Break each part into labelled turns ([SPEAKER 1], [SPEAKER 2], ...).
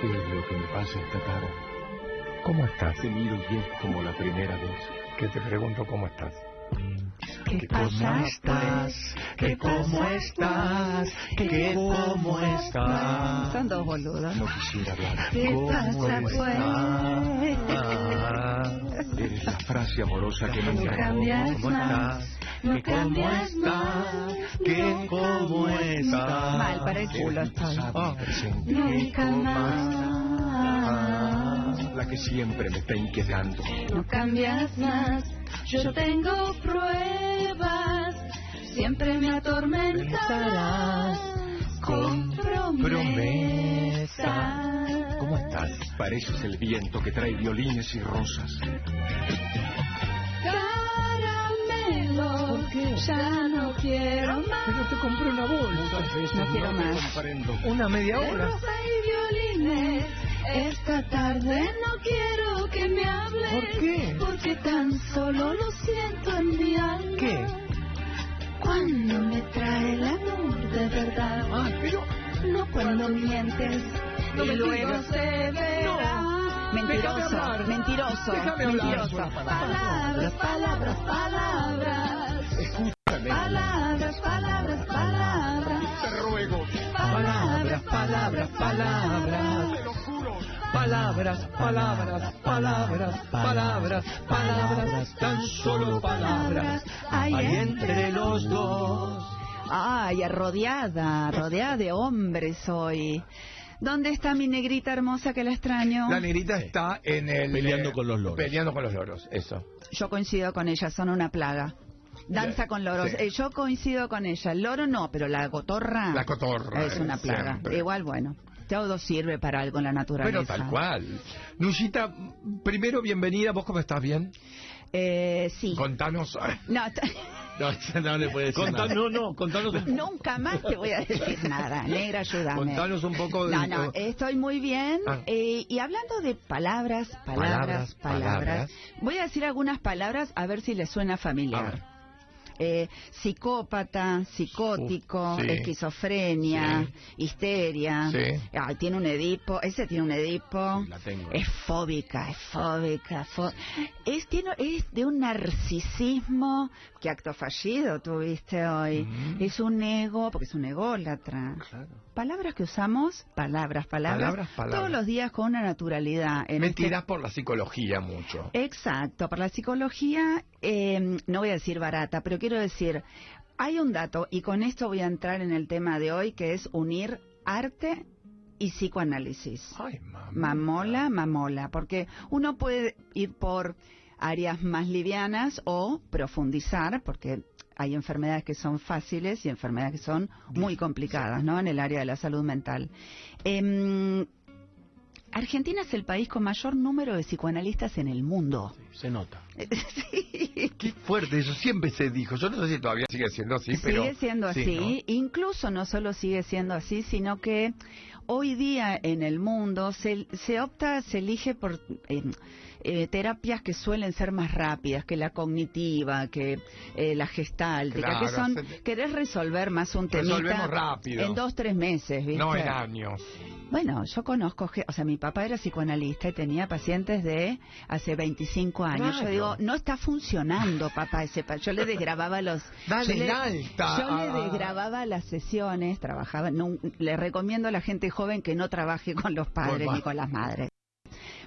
[SPEAKER 1] ¿Qué es lo que me pasa esta tarde?
[SPEAKER 2] ¿Cómo estás?
[SPEAKER 1] Te miro y es como la primera vez.
[SPEAKER 2] Que te pregunto cómo estás.
[SPEAKER 3] ¿Qué pasa pues, estás? ¿Qué cómo estás? ¿Qué cómo estás?
[SPEAKER 4] Son dos boludas.
[SPEAKER 1] No quisiera hablar.
[SPEAKER 3] Pues, ¿Qué pasa pues?
[SPEAKER 1] pues? Eres la frase amorosa que me
[SPEAKER 3] No
[SPEAKER 1] encanta.
[SPEAKER 3] cambias más, no cambias más, ¿Qué cómo estás?
[SPEAKER 4] Mal para el
[SPEAKER 1] Eres
[SPEAKER 4] culo
[SPEAKER 1] mi
[SPEAKER 4] estás.
[SPEAKER 1] pasado,
[SPEAKER 3] Oh.
[SPEAKER 1] mi presente.
[SPEAKER 3] Nunca más,
[SPEAKER 1] La que siempre me está inquietando.
[SPEAKER 3] no cambias más, yo tengo pruebas, siempre me atormentarás con promesas.
[SPEAKER 2] ¿Cómo estás?
[SPEAKER 1] Pareces el viento que trae violines y rosas.
[SPEAKER 3] Caramelo,
[SPEAKER 4] ¿Por qué?
[SPEAKER 3] ya no quiero más.
[SPEAKER 2] te compré una bolsa.
[SPEAKER 4] No quiero
[SPEAKER 1] te
[SPEAKER 4] más.
[SPEAKER 1] comprendo.
[SPEAKER 2] Una media hora.
[SPEAKER 3] Rosa y violines, esta tarde no quiero que me hables.
[SPEAKER 2] ¿Por qué?
[SPEAKER 3] Porque tan solo lo siento en mi alma.
[SPEAKER 2] ¿Qué?
[SPEAKER 3] Cuando me trae el amor de verdad.
[SPEAKER 4] Ah,
[SPEAKER 2] Ah.
[SPEAKER 3] No cuando mientes.
[SPEAKER 4] No
[SPEAKER 3] y
[SPEAKER 4] me
[SPEAKER 3] luego
[SPEAKER 4] digas.
[SPEAKER 3] se verá.
[SPEAKER 4] Mentiroso,
[SPEAKER 2] hablar.
[SPEAKER 4] mentiroso,
[SPEAKER 2] Déjame hablar.
[SPEAKER 4] mentiroso.
[SPEAKER 3] Palabras, palabras, palabras. Palabras, palabras, palabras.
[SPEAKER 1] Te ruego,
[SPEAKER 4] ah,
[SPEAKER 2] Palabras, palabras, palabras.
[SPEAKER 1] te lo juro.
[SPEAKER 2] Palabras, palabras, palabras, palabras, palabras, tan solo palabras.
[SPEAKER 4] Ay,
[SPEAKER 2] Hay entre los dos.
[SPEAKER 4] Ay, rodeada, rodeada de hombres hoy. ¿Dónde está mi negrita hermosa que la extraño?
[SPEAKER 5] La negrita está en el... eh,
[SPEAKER 6] Peleando con los loros.
[SPEAKER 5] Peleando con los loros, eso.
[SPEAKER 4] Yo coincido con ella, son una plaga. Danza con loros.
[SPEAKER 5] Sí.
[SPEAKER 4] Eh, yo coincido con ella. El loro no, pero la cotorra.
[SPEAKER 5] La cotorra, eh,
[SPEAKER 4] Es una plaga.
[SPEAKER 5] siempre.
[SPEAKER 4] Igual, bueno. Todo sirve para algo en la naturaleza.
[SPEAKER 5] Pero tal cual. Nuyita, primero bienvenida. ¿Vos cómo estás? ¿Bien?
[SPEAKER 4] Eh, sí.
[SPEAKER 5] Contanos...
[SPEAKER 4] No, t-
[SPEAKER 6] No, no le puede decir
[SPEAKER 5] Contá-
[SPEAKER 6] nada.
[SPEAKER 5] no, no, contanos un
[SPEAKER 4] nunca más te voy a decir nada. Negra, ayúdame.
[SPEAKER 5] Contanos un poco de...
[SPEAKER 4] No, no, estoy muy bien.
[SPEAKER 5] Ah.
[SPEAKER 4] Eh, y hablando de palabras, palabras, palabras,
[SPEAKER 5] Palabras, palabras.
[SPEAKER 4] voy a decir algunas palabras a ver si les suena
[SPEAKER 5] A ver.
[SPEAKER 4] familiar. Eh, psicópata, psicótico,
[SPEAKER 5] Uf, sí.
[SPEAKER 4] esquizofrenia, histeria.
[SPEAKER 5] Sí.
[SPEAKER 4] Ay, tiene un Edipo, ese tiene un Edipo.
[SPEAKER 6] La tengo.
[SPEAKER 4] Es fóbica, es fóbica. fó- Es, tiene, es de un narcisismo. que acto fallido tuviste hoy.
[SPEAKER 5] Mm.
[SPEAKER 4] Es un ego, porque es un ególatra. Palabras que usamos, palabras, palabras,
[SPEAKER 5] Palabras, palabras.
[SPEAKER 4] todos los días con una naturalidad. En
[SPEAKER 5] Me
[SPEAKER 4] este-
[SPEAKER 5] tirás por la psicología mucho.
[SPEAKER 4] Exacto, para la psicología, eh, no voy a decir barata, pero quiero decir, hay un dato, y con esto voy a entrar en el tema de hoy, que es unir arte y psicoanálisis.
[SPEAKER 5] Ay, mamá.
[SPEAKER 4] Mamola, mamola, porque uno puede ir por áreas más livianas o profundizar, porque hay enfermedades que son fáciles y enfermedades que son muy complicadas, ¿no? En el área de la salud mental. Em, Argentina es el país con mayor número de psicoanalistas en el mundo.
[SPEAKER 6] Se nota.
[SPEAKER 5] Qué fuerte, eso siempre se dijo. Yo no sé si todavía sigue siendo así, pero...
[SPEAKER 4] sigue siendo
[SPEAKER 5] sí,
[SPEAKER 4] así, incluso no solo sigue siendo así, sino que hoy día en el mundo se, se opta, se elige por eh, eh, terapias que suelen ser más rápidas, que la cognitiva, que eh, la gestáltica,
[SPEAKER 5] Claro,
[SPEAKER 4] que son,
[SPEAKER 5] se-
[SPEAKER 4] querés resolver más un temita
[SPEAKER 5] Resolvemos rápido.
[SPEAKER 4] en dos, tres meses, ¿viste?
[SPEAKER 5] ¿no? No en años.
[SPEAKER 4] Bueno, yo conozco, ge- o sea, mi papá era psicoanalista y tenía pacientes de hace 25 años. Yo
[SPEAKER 5] Claro.
[SPEAKER 4] digo, no está funcionando, papá, ese pa-". Yo le desgrababa los...
[SPEAKER 5] Dale,
[SPEAKER 4] yo le,
[SPEAKER 5] en alta.
[SPEAKER 2] Ah,
[SPEAKER 4] Yo le desgrababa las sesiones, trabajaba... no- le recomiendo a la gente joven que no trabaje con los padres
[SPEAKER 5] Bueno.
[SPEAKER 4] ni con las madres.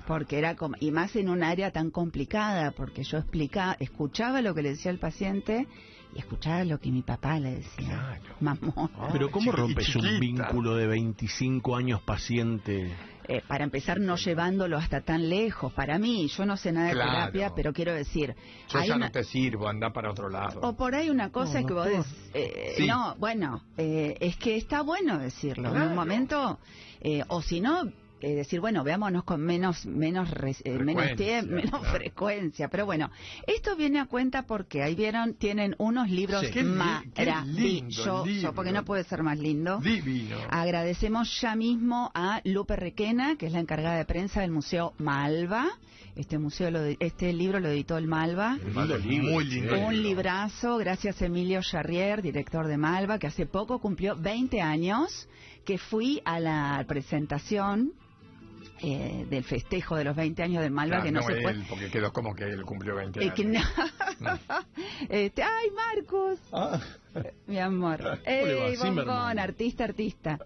[SPEAKER 4] Porque era como, y más en un área tan complicada, porque yo explicaba, escuchaba lo que le decía el paciente y escuchaba lo que mi papá le decía.
[SPEAKER 5] Claro.
[SPEAKER 4] Mamón.
[SPEAKER 2] ah.
[SPEAKER 6] Pero ¿cómo
[SPEAKER 5] chiqui-
[SPEAKER 6] rompes un
[SPEAKER 5] chiquita.
[SPEAKER 6] vínculo de 25 años paciente?
[SPEAKER 4] Eh, para empezar no llevándolo hasta tan lejos. Para mí, yo no sé nada de
[SPEAKER 5] Claro.
[SPEAKER 4] terapia, pero quiero decir,
[SPEAKER 5] Yo
[SPEAKER 4] hay
[SPEAKER 5] ya
[SPEAKER 4] una-
[SPEAKER 5] no te sirvo, anda para otro lado.
[SPEAKER 4] o por ahí una cosa
[SPEAKER 2] No,
[SPEAKER 4] es que vos
[SPEAKER 2] doctor.
[SPEAKER 4] des- eh,
[SPEAKER 5] Sí.
[SPEAKER 4] no, bueno, eh, es que está bueno decirlo en
[SPEAKER 5] Claro.
[SPEAKER 4] un momento, eh, o si no eh, decir bueno veámonos con menos menos res- eh, menos
[SPEAKER 5] Frecuencia,
[SPEAKER 4] tiempo menos
[SPEAKER 5] claro.
[SPEAKER 4] frecuencia pero bueno esto viene a cuenta porque ahí vieron tienen unos libros
[SPEAKER 5] Sí, qué li- qué lindo
[SPEAKER 4] maravillosos
[SPEAKER 5] libro.
[SPEAKER 4] porque no puede ser más lindo
[SPEAKER 5] Divino.
[SPEAKER 4] Ah, Agradecemos ya mismo a Lupe Requena, que es la encargada de prensa del Museo Malva. Este museo, lo, este libro lo editó el Malva.
[SPEAKER 6] Lindo libro,
[SPEAKER 5] Muy lindo.
[SPEAKER 6] sí.
[SPEAKER 4] Un librazo, gracias a Emilio Charrier, director de Malva, que hace poco cumplió 20 años, que fui a la presentación eh, del festejo de los 20 años del Malva
[SPEAKER 5] Ah,
[SPEAKER 4] que no, se
[SPEAKER 5] él,
[SPEAKER 4] puede.
[SPEAKER 5] porque quedó como que él cumplió 20
[SPEAKER 4] Eh,
[SPEAKER 5] años.
[SPEAKER 4] que no. Este, ay, Marcos. Mi amor.
[SPEAKER 6] Ah, le va,
[SPEAKER 4] Ey, bombón,
[SPEAKER 6] Zimmerman?
[SPEAKER 4] artista, artista.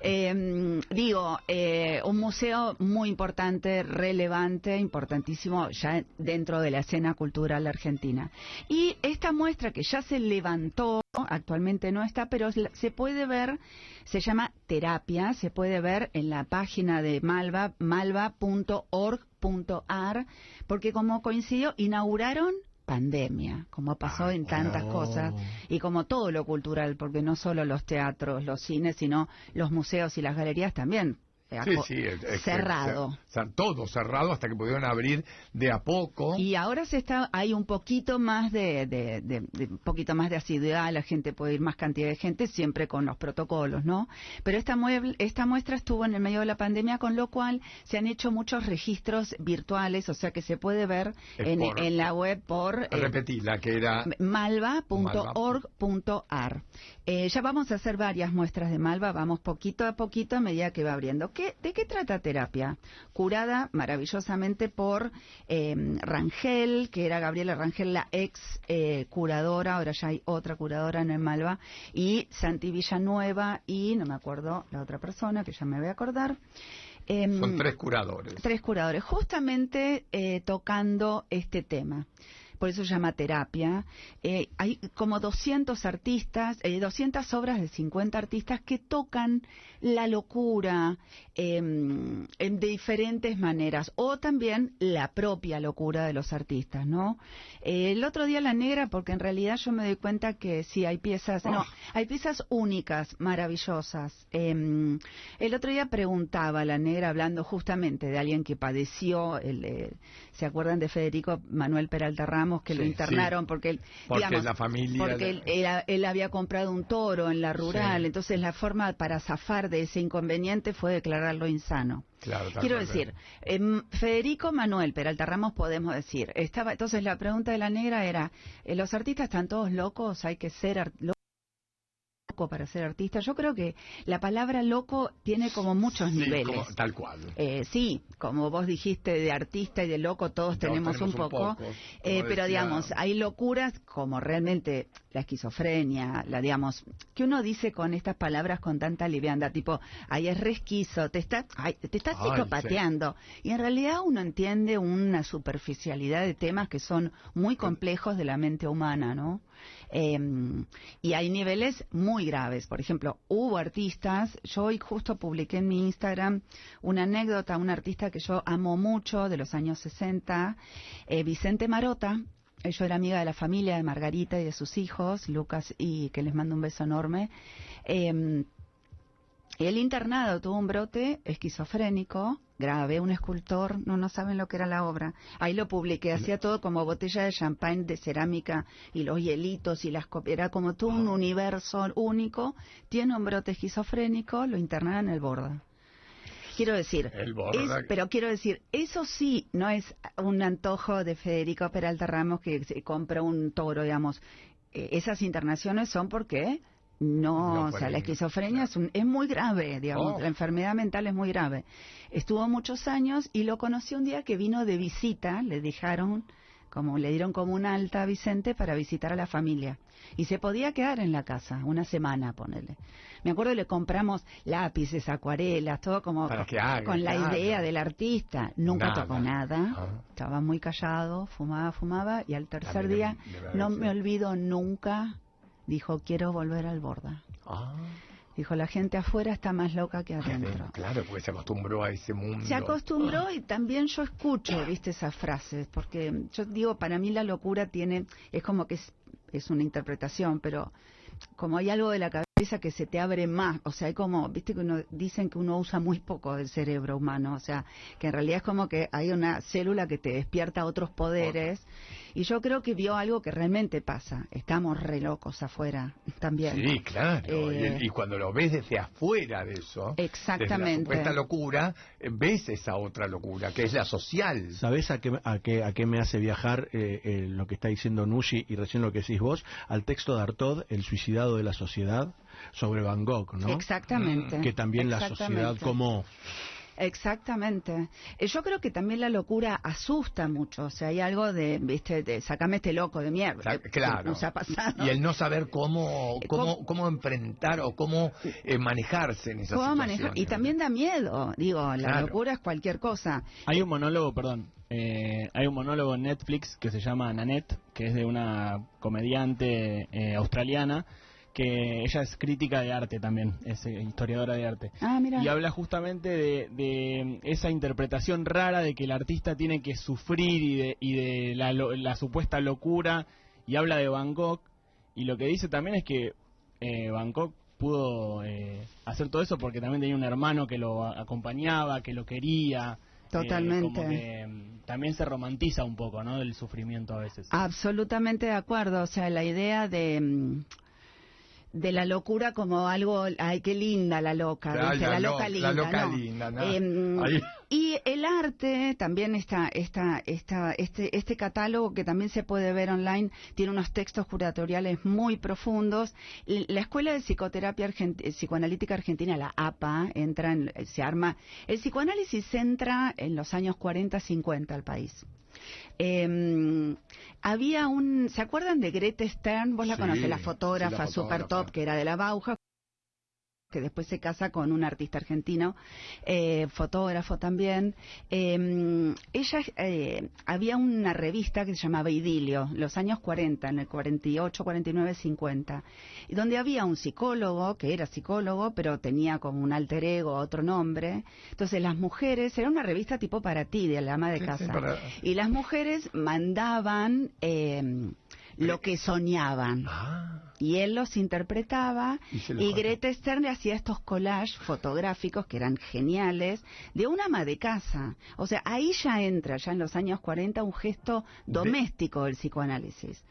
[SPEAKER 4] Eh, digo, eh, un museo muy importante, relevante, importantísimo ya dentro de la escena cultural argentina. Y esta muestra que ya se levantó, actualmente no está, pero es la- se puede ver, se llama Terapia, se puede ver en la página de Malva, malva.org.ar, porque como coincidió, inauguraron pandemia, como pasó
[SPEAKER 6] Ah,
[SPEAKER 4] en tantas
[SPEAKER 6] no.
[SPEAKER 4] cosas y como todo lo cultural, porque no solo los teatros, los cines, sino los museos y las galerías también. eh,
[SPEAKER 5] Sí,
[SPEAKER 4] aco-
[SPEAKER 5] sí, es- es-
[SPEAKER 4] cerrado.
[SPEAKER 5] cer- cer- todo cerrado hasta que pudieron abrir de a poco.
[SPEAKER 4] Y ahora se está, hay un poquito más de, de- de- de- un poquito más de asiduidad, la gente puede ir más cantidad de gente, siempre con los protocolos, ¿no? Pero esta, mueble- esta muestra estuvo en el medio de la pandemia, con lo cual se han hecho muchos registros virtuales, o sea que se puede ver
[SPEAKER 5] Es
[SPEAKER 4] en,
[SPEAKER 5] por-
[SPEAKER 4] en la web por eh,
[SPEAKER 5] Repetí, la que era
[SPEAKER 4] malva.org.ar. Eh, ya vamos a hacer varias muestras de Malva, vamos poquito a poquito a medida que va abriendo. ¿Qué, ¿De qué trata terapia? Curada maravillosamente por eh, Rangel, que era Gabriela Rangel, la ex eh, curadora, ahora ya hay otra curadora no en Malva, y Santi Villanueva y no me acuerdo la otra persona que ya me voy a acordar. Em,
[SPEAKER 5] Son tres curadores.
[SPEAKER 4] Tres curadores, justamente eh, tocando este tema. Por eso se llama terapia. Eh, hay como 200 artistas, eh, 200 obras de 50 artistas que tocan la locura eh, en de diferentes maneras o también la propia locura de los artistas, ¿no? Eh, el otro día la negra, porque en realidad yo me doy cuenta que sí hay piezas, no, hay piezas únicas, maravillosas. Em, el otro día preguntaba la negra, hablando justamente de alguien que padeció, el, eh, ¿se acuerdan de Federico Manuel Peralta Ramos, que lo
[SPEAKER 5] Sí,
[SPEAKER 4] internaron porque él,
[SPEAKER 5] Porque la familia-
[SPEAKER 4] porque eh, él, él- él había comprado un toro en la rural,
[SPEAKER 5] Sí.
[SPEAKER 4] entonces la forma para zafar de ese inconveniente fue declararlo insano.
[SPEAKER 5] Claro, tal
[SPEAKER 4] Quiero
[SPEAKER 5] cual.
[SPEAKER 4] decir, em, Federico Manuel Peralta Ramos podemos decir, estaba entonces la pregunta de la negra era, eh, los artistas están todos locos, hay que ser ar- lo- loco para ser artista. Yo creo que la palabra loco tiene como muchos
[SPEAKER 5] Sí,
[SPEAKER 4] niveles.
[SPEAKER 5] como- tal cual.
[SPEAKER 4] Eh, sí, como vos dijiste, de artista y de loco todos
[SPEAKER 5] Todos
[SPEAKER 4] tenemos,
[SPEAKER 5] tenemos
[SPEAKER 4] un
[SPEAKER 5] un
[SPEAKER 4] poco,
[SPEAKER 5] poco, como
[SPEAKER 4] eh, pero
[SPEAKER 5] decía-
[SPEAKER 4] digamos, hay locuras como realmente la esquizofrenia, la digamos, que uno dice con estas palabras con tanta liviandad, tipo, ay, es resquizo, te está, ay, te estás
[SPEAKER 5] Ay,
[SPEAKER 4] psicopateando. Y en realidad uno entiende una superficialidad de temas que son muy complejos de la mente humana, ¿no? Eh, y hay niveles muy graves. Por ejemplo, hubo artistas, yo hoy justo publiqué en mi Instagram una anécdota, un artista que yo amo mucho de los años 60, eh, Vicente Marota. Eh, Yo era amiga de la familia de Margarita y de sus hijos, Lucas, y que les mando un beso enorme. Eh, el internado tuvo un brote esquizofrénico grave, un escultor, no, no saben lo que era la obra. Ahí lo publiqué, hacía todo como botella de champán de cerámica y los hielitos y las copias, era como todo un universo único. Tiene un brote esquizofrénico, lo internaron en el Borda. Quiero decir,
[SPEAKER 5] El Borda.
[SPEAKER 4] es- pero quiero decir, eso sí no es un antojo de Federico Peralta Ramos que se compra un toro, digamos. Eh, esas internaciones son porque no,
[SPEAKER 5] No,
[SPEAKER 4] o sea, la
[SPEAKER 5] porque-
[SPEAKER 4] esquizofrenia es, un- es muy grave, digamos,
[SPEAKER 5] Oh.
[SPEAKER 4] la enfermedad mental es muy grave. Estuvo muchos años y lo conocí un día que vino de visita, le dejaron como le dieron como un alta a Vicente para visitar a la familia. Y se podía quedar en la casa una semana, ponele. Me acuerdo que le compramos lápices, acuarelas, todo como
[SPEAKER 5] Para que haga,
[SPEAKER 4] con la
[SPEAKER 5] que haga.
[SPEAKER 4] idea del artista. Nunca
[SPEAKER 5] Nada.
[SPEAKER 4] tocó nada.
[SPEAKER 5] Ah.
[SPEAKER 4] Estaba muy callado, fumaba, fumaba y al tercer
[SPEAKER 5] También
[SPEAKER 4] día,
[SPEAKER 5] debe- debe haber
[SPEAKER 4] no
[SPEAKER 5] sido.
[SPEAKER 4] me olvido nunca, dijo, quiero volver al borda.
[SPEAKER 5] Ah,
[SPEAKER 4] Dijo, la gente afuera está más loca que adentro.
[SPEAKER 5] claro, porque se acostumbró a ese mundo.
[SPEAKER 4] Se acostumbró y también yo escucho, viste, esas frases, porque yo digo, para mí la locura tiene, es como que es, es una interpretación, pero como hay algo de la cabeza que se te abre más, o sea, hay como, viste que uno, dicen que uno usa muy poco del cerebro humano, o sea, que en realidad es como que hay una célula que te despierta otros poderes, y yo creo que vio algo que realmente pasa, estamos re locos afuera también.
[SPEAKER 5] Sí, claro. y el-
[SPEAKER 4] Eh,
[SPEAKER 5] Y, cuando lo ves desde afuera de eso,
[SPEAKER 4] Exactamente.
[SPEAKER 5] Esta locura, eh, ves esa otra locura, que es la social.
[SPEAKER 6] ¿Sabés a qué, a qué, a qué me hace viajar eh, eh, lo que está diciendo Nushi y recién lo que decís vos? Al texto de Artaud, El suicidado de la sociedad, sobre Van Gogh, ¿no? Mm.
[SPEAKER 4] Exactamente.
[SPEAKER 6] Que también la sociedad
[SPEAKER 4] Exactamente.
[SPEAKER 6] como
[SPEAKER 4] Exactamente. Eh, Yo creo que también la locura asusta mucho. O sea, hay algo de, viste, de sacame este loco de mierda.
[SPEAKER 5] Sa-
[SPEAKER 4] que
[SPEAKER 5] claro.
[SPEAKER 4] nos ha pasado.
[SPEAKER 5] Y el no saber cómo,
[SPEAKER 4] Eh,
[SPEAKER 5] cómo,
[SPEAKER 4] cómo-
[SPEAKER 5] cómo enfrentar o cómo eh, manejarse en esas
[SPEAKER 4] ¿Cómo manejar?
[SPEAKER 5] situaciones.
[SPEAKER 4] Y también da miedo. Digo, la
[SPEAKER 5] Claro.
[SPEAKER 4] locura es cualquier cosa.
[SPEAKER 7] Hay un monólogo, perdón, eh, hay un monólogo en Netflix que se llama Nanette, que es de una comediante eh, australiana, que ella es crítica de arte también, es eh, historiadora de arte.
[SPEAKER 4] Ah, mira.
[SPEAKER 7] Y habla justamente de, de esa interpretación rara de que el artista tiene que sufrir y de, y de la, lo- la supuesta locura. Y habla de Bangkok. Y lo que dice también es que eh, Bangkok pudo eh, hacer todo eso porque también tenía un hermano que lo a- acompañaba, que lo quería. Eh,
[SPEAKER 4] Totalmente.
[SPEAKER 7] como que, mm, también se romantiza un poco, ¿no? Del sufrimiento a veces.
[SPEAKER 4] Absolutamente de acuerdo. O sea, la idea de mm, de la locura como algo, ay, qué linda la loca,
[SPEAKER 5] Ay,
[SPEAKER 4] ¿viste?
[SPEAKER 5] Ah, la
[SPEAKER 4] la,
[SPEAKER 5] lo-
[SPEAKER 4] loca
[SPEAKER 5] la
[SPEAKER 4] linda.
[SPEAKER 5] loca
[SPEAKER 4] no.
[SPEAKER 5] linda, no.
[SPEAKER 4] Em,
[SPEAKER 5] Ahí.
[SPEAKER 4] y el arte, también está, está, está, este, este catálogo que también se puede ver online, tiene unos textos curatoriales muy profundos. Y La Escuela de Psicoterapia Argent- eh, Psicoanalítica Argentina, la APA, entra en- se arma. El psicoanálisis entra en los años 40-50 al país. Eh, había un. ¿Se acuerdan de Grete Stern? Vos la
[SPEAKER 5] Sí,
[SPEAKER 4] conocés, la
[SPEAKER 5] sí, la
[SPEAKER 4] fotógrafa, super
[SPEAKER 5] fotógrafa.
[SPEAKER 4] top, que era de la Bauja, que después se casa con un artista argentino, eh, fotógrafo también. Eh, ella eh, había una revista que se llamaba Idilio, los años 40, en el 48, 49, 50, y donde había un psicólogo, que era psicólogo, pero tenía como un alter ego, otro nombre. Entonces las mujeres, era una revista tipo para ti, de la ama de
[SPEAKER 5] Sí, sí,
[SPEAKER 4] casa.
[SPEAKER 5] para-
[SPEAKER 4] Y las mujeres mandaban eh, lo que soñaban.
[SPEAKER 5] Ah,
[SPEAKER 4] Y él los interpretaba
[SPEAKER 5] Y se los
[SPEAKER 4] y
[SPEAKER 5] hacía.
[SPEAKER 4] Greta Stern le hacía estos collages fotográficos que eran geniales de una ama de casa. O sea, ahí ya entra, ya en los años 40, un gesto doméstico del psicoanálisis.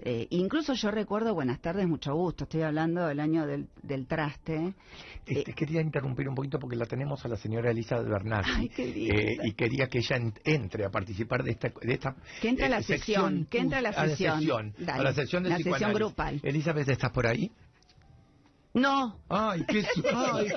[SPEAKER 4] Eh, incluso yo recuerdo, buenas tardes, mucho gusto, estoy hablando del año del, del traste.
[SPEAKER 5] este,
[SPEAKER 4] Eh,
[SPEAKER 5] quería interrumpir un poquito porque la tenemos a la señora Elisa Bernal
[SPEAKER 4] Ay, qué linda.
[SPEAKER 5] y quería que ella en- entre a participar de esta de esta eh,
[SPEAKER 4] Que entre a la
[SPEAKER 5] sección
[SPEAKER 4] sesión, que entre a la
[SPEAKER 5] tuya-
[SPEAKER 4] sesión.
[SPEAKER 5] a la
[SPEAKER 4] Dale,
[SPEAKER 5] sesión del
[SPEAKER 4] la sesión
[SPEAKER 5] psicoanálisis.
[SPEAKER 4] grupal.
[SPEAKER 5] Elizabeth, ¿estás por ahí?
[SPEAKER 4] No,
[SPEAKER 5] Ay, qué su- ay,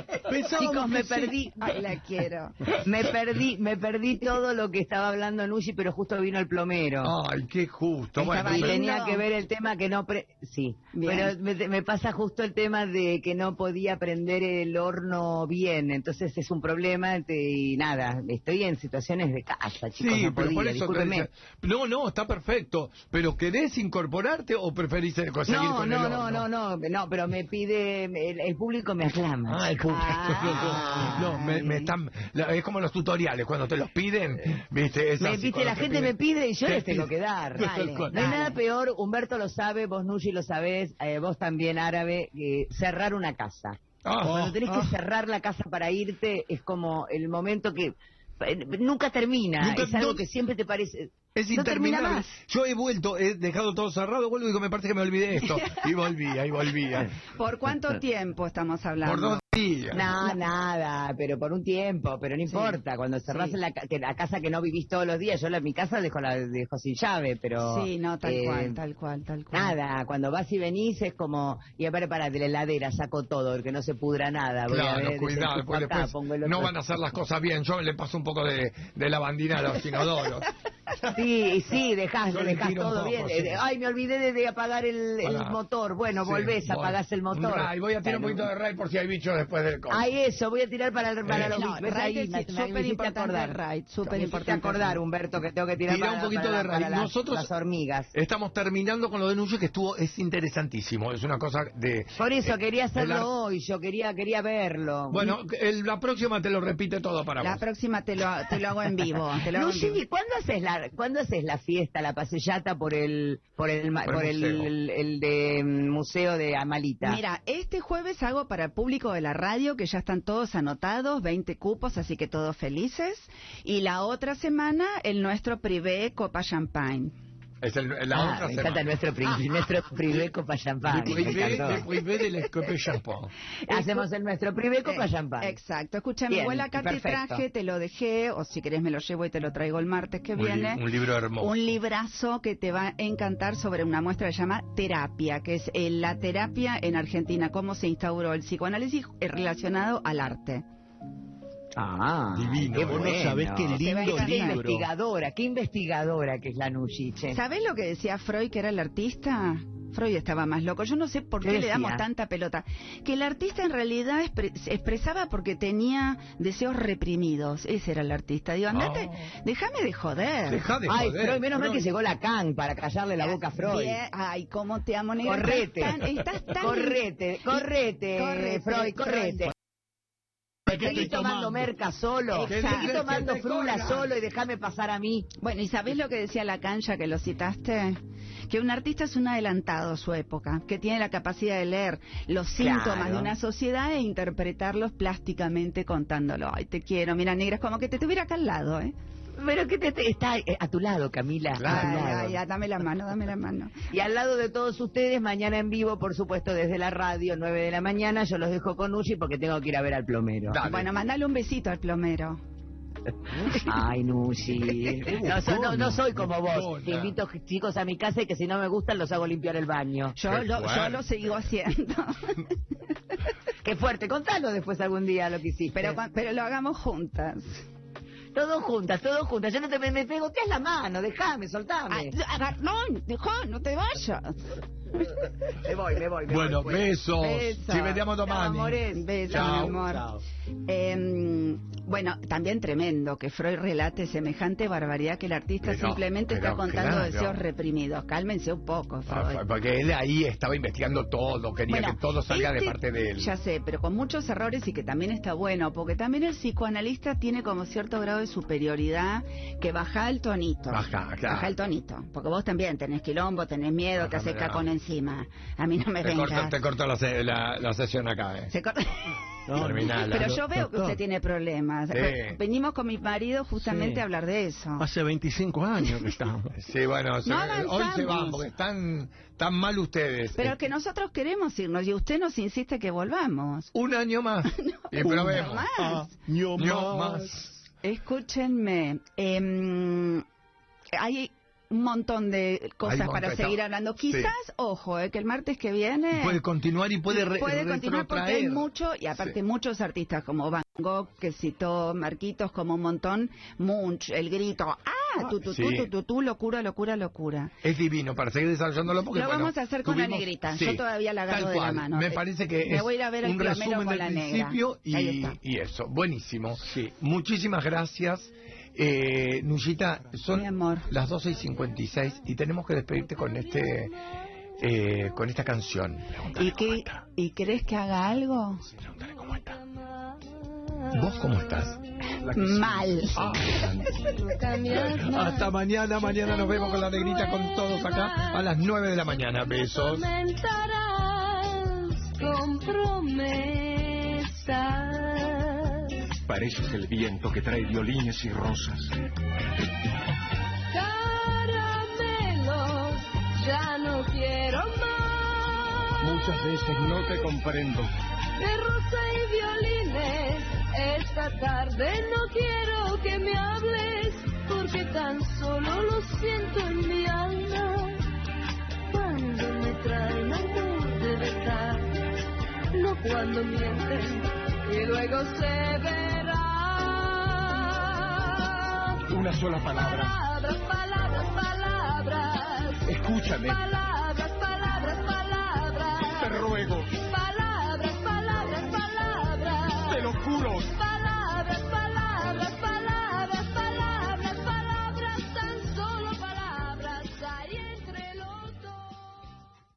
[SPEAKER 8] Chicos,
[SPEAKER 4] chicos,
[SPEAKER 8] me
[SPEAKER 4] me
[SPEAKER 8] sí.
[SPEAKER 4] perdí. Ay, la quiero.
[SPEAKER 8] Me perdí, me perdí todo lo que estaba hablando Nushi, pero justo vino el plomero.
[SPEAKER 5] ay, qué justo. Ah, Bueno,
[SPEAKER 8] y
[SPEAKER 4] bailando.
[SPEAKER 5] pero-
[SPEAKER 8] tenía que ver el tema que no... pre- sí,
[SPEAKER 4] Bien.
[SPEAKER 8] pero me, me pasa justo el tema de que no podía prender el horno bien, entonces es un problema te- y nada, estoy en situaciones de casa, chicos,
[SPEAKER 5] Sí,
[SPEAKER 8] no
[SPEAKER 5] pero por
[SPEAKER 8] podía,
[SPEAKER 5] eso te
[SPEAKER 8] discúlpeme.
[SPEAKER 5] decía- No, no, está perfecto. ¿Pero querés incorporarte o preferís eh, seguir con el
[SPEAKER 8] No, no,
[SPEAKER 5] horno?
[SPEAKER 8] no, no, no, no, pero me pide, el, el público me aclama.
[SPEAKER 5] Ah, el público.
[SPEAKER 8] Ah.
[SPEAKER 5] No, me, me están. la- es como los tutoriales, cuando te los piden, ¿viste? Es
[SPEAKER 8] Me
[SPEAKER 5] así,
[SPEAKER 8] viste,
[SPEAKER 5] cuando
[SPEAKER 8] la
[SPEAKER 5] te
[SPEAKER 8] gente
[SPEAKER 5] piden-
[SPEAKER 8] me pide y yo
[SPEAKER 5] Te
[SPEAKER 8] les tengo que
[SPEAKER 5] piden.
[SPEAKER 8] dar.
[SPEAKER 5] Tal
[SPEAKER 8] Dale,
[SPEAKER 5] cual. Ah.
[SPEAKER 8] No hay
[SPEAKER 4] Dale.
[SPEAKER 8] nada peor, Humberto lo sabe, vos Nushi lo sabés, eh, vos también árabe, eh, cerrar una casa.
[SPEAKER 5] Ah,
[SPEAKER 8] Cuando tenés que cerrar la casa para irte es como el momento que eh, nunca termina,
[SPEAKER 5] Nunca-
[SPEAKER 8] es algo
[SPEAKER 5] no-
[SPEAKER 8] que siempre te parece...
[SPEAKER 5] es
[SPEAKER 8] no termina
[SPEAKER 5] interminable.
[SPEAKER 8] más.
[SPEAKER 5] Yo he vuelto, he dejado todo cerrado, vuelvo y digo, me parece que me olvidé esto. Y volvía, y volvía.
[SPEAKER 4] ¿Por cuánto tiempo estamos hablando?
[SPEAKER 5] Por dos días.
[SPEAKER 8] No, nada, pero por un tiempo, pero no importa. Cuando cerrás
[SPEAKER 4] Sí.
[SPEAKER 8] la, ca- que la casa que no vivís todos los días, yo la, mi casa dejo la dejo sin llave, pero...
[SPEAKER 4] Sí, no, tal
[SPEAKER 8] eh,
[SPEAKER 4] cual, tal cual, tal cual.
[SPEAKER 8] Nada, cuando vas y venís es como, y a ver, para de la heladera saco todo, el que no se pudra nada. voy a
[SPEAKER 5] Claro,
[SPEAKER 8] ver,
[SPEAKER 5] cuidado,
[SPEAKER 8] desenchufo
[SPEAKER 5] porque
[SPEAKER 8] acá,
[SPEAKER 5] después
[SPEAKER 8] pongo el otro.
[SPEAKER 5] no van a hacer las cosas bien. Yo le paso un poco de, de lavandina a los inodoros.
[SPEAKER 8] Sí, sí, dejás,
[SPEAKER 5] Yo le
[SPEAKER 8] dejás
[SPEAKER 5] tiro un
[SPEAKER 8] todo
[SPEAKER 5] poco,
[SPEAKER 8] bien. eh,
[SPEAKER 5] sí.
[SPEAKER 8] Ay, me olvidé de, de apagar el, el
[SPEAKER 5] Pará.
[SPEAKER 8] motor. Bueno,
[SPEAKER 5] Sí,
[SPEAKER 8] volvés,
[SPEAKER 5] voy.
[SPEAKER 8] apagás el motor.
[SPEAKER 5] Ray, voy a tirar un
[SPEAKER 8] Claro.
[SPEAKER 5] poquito de ray por si hay bichos después del coche.
[SPEAKER 8] Ay, eso, voy a tirar para, el- para
[SPEAKER 5] Eh.
[SPEAKER 8] los
[SPEAKER 4] No,
[SPEAKER 8] bichos.
[SPEAKER 4] raid
[SPEAKER 8] Ahí,
[SPEAKER 4] es
[SPEAKER 8] me, me
[SPEAKER 4] súper
[SPEAKER 8] hiciste
[SPEAKER 4] importante
[SPEAKER 8] acordar.
[SPEAKER 4] raid,
[SPEAKER 8] Me
[SPEAKER 4] súper
[SPEAKER 8] hiciste
[SPEAKER 4] importante.
[SPEAKER 8] acordar, Humberto, que tengo que tirar
[SPEAKER 5] Tira un
[SPEAKER 8] para-
[SPEAKER 5] poquito
[SPEAKER 8] para-
[SPEAKER 5] de raid.
[SPEAKER 8] para las-
[SPEAKER 5] Nosotros-
[SPEAKER 8] las hormigas.
[SPEAKER 5] Estamos terminando con lo de Nuyo, que estuvo, es interesantísimo. Es una cosa Eh, de.
[SPEAKER 8] Por eso quería hacerlo
[SPEAKER 5] el ar-
[SPEAKER 8] hoy, yo quería quería verlo.
[SPEAKER 5] Bueno, el- la próxima te lo repite todo para
[SPEAKER 4] La
[SPEAKER 5] vos.
[SPEAKER 4] próxima te lo, te lo hago en vivo. Te lo hago en
[SPEAKER 8] Luigi,
[SPEAKER 4] vivo.
[SPEAKER 8] ¿cuándo haces la cuándo haces la fiesta, la pasellata por el por el ma-
[SPEAKER 5] Por
[SPEAKER 8] por
[SPEAKER 5] el
[SPEAKER 8] el, el, el de mm, museo de Amalita?
[SPEAKER 4] Mira, este jueves hago para el público de la radio, que ya están todos anotados, 20 cupos, así que todos felices. Y la otra semana, el nuestro privé Copa Champagne.
[SPEAKER 5] Es el, la
[SPEAKER 8] Ah,
[SPEAKER 5] otra
[SPEAKER 8] me encanta
[SPEAKER 5] semana.
[SPEAKER 8] nuestro privé, nuestro privé copa champán.
[SPEAKER 5] Le
[SPEAKER 8] me
[SPEAKER 5] privé-
[SPEAKER 8] encantó.
[SPEAKER 5] le privé del escope champán.
[SPEAKER 8] Hacemos el nuestro privé copa
[SPEAKER 4] Eh,
[SPEAKER 8] champán.
[SPEAKER 4] Exacto. Escúchame,
[SPEAKER 8] Bien,
[SPEAKER 4] igual acá te
[SPEAKER 8] perfecto.
[SPEAKER 4] traje, te lo dejé, o si querés me lo llevo y te lo traigo el martes que
[SPEAKER 5] Un, li-
[SPEAKER 4] viene.
[SPEAKER 5] un libro hermoso.
[SPEAKER 4] ¿eh? Un librazo que te va a encantar sobre una muestra que se llama Terapia, que es eh, la terapia en Argentina, cómo se instauró el psicoanálisis eh, relacionado al arte.
[SPEAKER 8] Ah,
[SPEAKER 5] Divino,
[SPEAKER 8] qué
[SPEAKER 5] ¿eh? Vos
[SPEAKER 6] no
[SPEAKER 8] bueno.
[SPEAKER 6] sabés qué
[SPEAKER 8] Se va a
[SPEAKER 6] lindo
[SPEAKER 8] ir a- Qué
[SPEAKER 6] libro.
[SPEAKER 8] investigadora, qué investigadora que es la Nuchiche.
[SPEAKER 4] ¿Sabés lo que decía Freud, que era el artista? Freud estaba más loco. Yo no sé por
[SPEAKER 8] ¿Qué
[SPEAKER 4] qué le damos
[SPEAKER 8] decía?
[SPEAKER 4] tanta pelota. Que el artista en realidad expre- se expresaba porque tenía deseos reprimidos. Ese era el artista. Digo, andate,
[SPEAKER 8] Oh.
[SPEAKER 4] déjame de joder.
[SPEAKER 1] Deja de
[SPEAKER 8] Ay,
[SPEAKER 1] joder,
[SPEAKER 8] Freud, menos mal que
[SPEAKER 1] Freud.
[SPEAKER 8] llegó la can para callarle la boca a Freud.
[SPEAKER 4] Bien, Ay, cómo te amo, negra.
[SPEAKER 8] Correte.
[SPEAKER 4] Estás tan, estás tan-
[SPEAKER 8] Correte, correte,
[SPEAKER 4] Correte,
[SPEAKER 8] Freud, correte. Seguí tomando merca solo,
[SPEAKER 4] ¿Qué
[SPEAKER 8] seguí
[SPEAKER 4] querés
[SPEAKER 8] tomando
[SPEAKER 1] que te
[SPEAKER 8] frula
[SPEAKER 1] coja?
[SPEAKER 8] solo y déjame pasar a mí.
[SPEAKER 4] Bueno, ¿y sabés lo que decía Lacan, ya que lo citaste? Que un artista es un adelantado a su época, que tiene la capacidad de leer los
[SPEAKER 8] Claro.
[SPEAKER 4] síntomas de una sociedad e interpretarlos plásticamente contándolo. Ay, te quiero, mira, negra, es como que te tuviera acá al lado, ¿eh?
[SPEAKER 8] Pero que te, te- está eh, a tu lado, Camila. a tu
[SPEAKER 4] Ay,
[SPEAKER 8] lado.
[SPEAKER 4] ay, ay, dame la mano, dame la mano.
[SPEAKER 8] Y al lado de todos ustedes, mañana en vivo, por supuesto, desde la radio, 9 de la mañana. Yo los dejo con Uchi porque tengo que ir a ver al plomero.
[SPEAKER 5] Dale.
[SPEAKER 4] Bueno, mandale un besito al plomero.
[SPEAKER 8] Ay, Nushi. No, so- no, no soy como vos.
[SPEAKER 5] Bocona.
[SPEAKER 8] Te invito, chicos, a mi casa y que si no me gustan los hago limpiar el baño.
[SPEAKER 4] Yo
[SPEAKER 5] Qué
[SPEAKER 4] lo, yo
[SPEAKER 5] fuerte.
[SPEAKER 4] lo sigo haciendo,
[SPEAKER 8] Qué fuerte. Contalo después algún día lo que hiciste.
[SPEAKER 4] pero, cuan- pero lo hagamos juntas.
[SPEAKER 8] Todos juntas, todos juntas. Yo no te me, me pegoteas la mano. Déjame,
[SPEAKER 4] Ay,
[SPEAKER 8] soltame.
[SPEAKER 4] agar- Ah, no, dejá, no te vayas.
[SPEAKER 8] Me voy, me voy. me
[SPEAKER 1] Bueno,
[SPEAKER 8] voy, pues.
[SPEAKER 1] besos.
[SPEAKER 4] Besos.
[SPEAKER 1] Ci vediamo
[SPEAKER 8] Chao,
[SPEAKER 1] domani.
[SPEAKER 8] amores.
[SPEAKER 4] Beso,
[SPEAKER 1] Chao.
[SPEAKER 4] mi amor. Eh, bueno, también tremendo que Freud relate semejante barbaridad que el artista
[SPEAKER 5] Pero,
[SPEAKER 4] simplemente está
[SPEAKER 5] pero
[SPEAKER 4] contando
[SPEAKER 5] claro.
[SPEAKER 4] deseos reprimidos. Cálmense un poco,
[SPEAKER 5] Ah,
[SPEAKER 4] Freud.
[SPEAKER 5] fue- Porque él ahí estaba investigando todo, quería
[SPEAKER 4] Bueno,
[SPEAKER 5] que todo salga de
[SPEAKER 4] este-
[SPEAKER 5] parte de él.
[SPEAKER 4] Ya sé, pero con muchos errores y que también está bueno, porque también el psicoanalista tiene como cierto grado de superioridad que baja el tonito.
[SPEAKER 5] Baja, claro.
[SPEAKER 4] Baja el tonito. Porque vos también tenés quilombo, tenés miedo, te haces
[SPEAKER 5] Bájame la-
[SPEAKER 4] cacón encima. A mí no me
[SPEAKER 5] Te corto,
[SPEAKER 4] vengas.
[SPEAKER 5] te corto la, se- la- la sesión acá, ¿eh?
[SPEAKER 4] Se corta-
[SPEAKER 6] No,
[SPEAKER 5] Terminala.
[SPEAKER 4] Pero yo veo que
[SPEAKER 6] Doctor,
[SPEAKER 4] usted tiene problemas.
[SPEAKER 5] Sí.
[SPEAKER 4] Venimos con mi marido justamente
[SPEAKER 6] Sí.
[SPEAKER 4] a hablar de eso.
[SPEAKER 6] Hace 25 años que estamos.
[SPEAKER 5] Sí, bueno, se- eh,
[SPEAKER 4] No
[SPEAKER 5] hoy
[SPEAKER 4] avanzamos.
[SPEAKER 5] se van porque están tan mal ustedes.
[SPEAKER 4] Pero
[SPEAKER 5] Eh,
[SPEAKER 4] que nosotros queremos irnos y usted nos insiste que volvamos.
[SPEAKER 5] Un año más. y probemos.
[SPEAKER 4] más.
[SPEAKER 6] Ño
[SPEAKER 5] Año
[SPEAKER 6] más.
[SPEAKER 5] más.
[SPEAKER 4] Escúchenme, em, hay un montón de
[SPEAKER 5] Hay
[SPEAKER 4] cosas
[SPEAKER 5] un
[SPEAKER 4] para
[SPEAKER 5] montón,
[SPEAKER 4] seguir
[SPEAKER 5] está.
[SPEAKER 4] hablando. Quizás, ojo, eh, que el martes que viene
[SPEAKER 5] Puede continuar y puede, re-
[SPEAKER 4] puede continuar porque hay
[SPEAKER 5] retrotraer.
[SPEAKER 4] mucho, y aparte
[SPEAKER 5] Sí.
[SPEAKER 4] muchos artistas como Van Gogh, que citó Marquitos como un montón, Munch, El Grito, ¡ah! Tu, tu, tu,
[SPEAKER 5] sí.
[SPEAKER 4] tu, tu, tu, locura, locura, locura.
[SPEAKER 5] Es divino para seguir desarrollándolo porque
[SPEAKER 4] Lo
[SPEAKER 5] bueno,
[SPEAKER 4] vamos a hacer con la
[SPEAKER 5] tuvimos-
[SPEAKER 4] negrita.
[SPEAKER 5] Sí,
[SPEAKER 4] Yo todavía la agarro
[SPEAKER 5] tal
[SPEAKER 4] de la
[SPEAKER 5] cual.
[SPEAKER 4] mano.
[SPEAKER 5] Me parece que
[SPEAKER 4] Me
[SPEAKER 5] es
[SPEAKER 4] voy a ir a ver el
[SPEAKER 5] un
[SPEAKER 4] plomero
[SPEAKER 5] resumen
[SPEAKER 4] con
[SPEAKER 5] del
[SPEAKER 4] la negra.
[SPEAKER 5] principio
[SPEAKER 4] Ahí
[SPEAKER 5] y,
[SPEAKER 4] está.
[SPEAKER 5] y eso. Buenísimo. Muchísimas gracias. Eh, Nuyita, son
[SPEAKER 4] Mi amor.
[SPEAKER 5] las 12 y 56 y tenemos que despedirte con este eh, con esta canción.
[SPEAKER 4] ¿Y, qué, ¿Y crees que haga algo?
[SPEAKER 5] Pregúntale cómo está. ¿Vos cómo estás?
[SPEAKER 4] Mal.
[SPEAKER 5] Ah,
[SPEAKER 1] Hasta mañana, mañana nos vemos con la negrita, con todos acá.
[SPEAKER 5] a las 9 de la mañana. Besos.
[SPEAKER 3] Comentarás con promesas.
[SPEAKER 1] Pareces el viento que trae violines y rosas.
[SPEAKER 3] Caramelos, ya no quiero más.
[SPEAKER 1] Muchas veces no te comprendo.
[SPEAKER 3] De rosa y violines, esta tarde no quiero que me hables, porque tan solo lo siento en mi alma. Cuando me traen amor de verdad, no cuando mienten y luego se verá.
[SPEAKER 1] Una sola palabra.
[SPEAKER 3] Palabras, palabras, palabras.
[SPEAKER 1] Escúchame.
[SPEAKER 3] Palabras,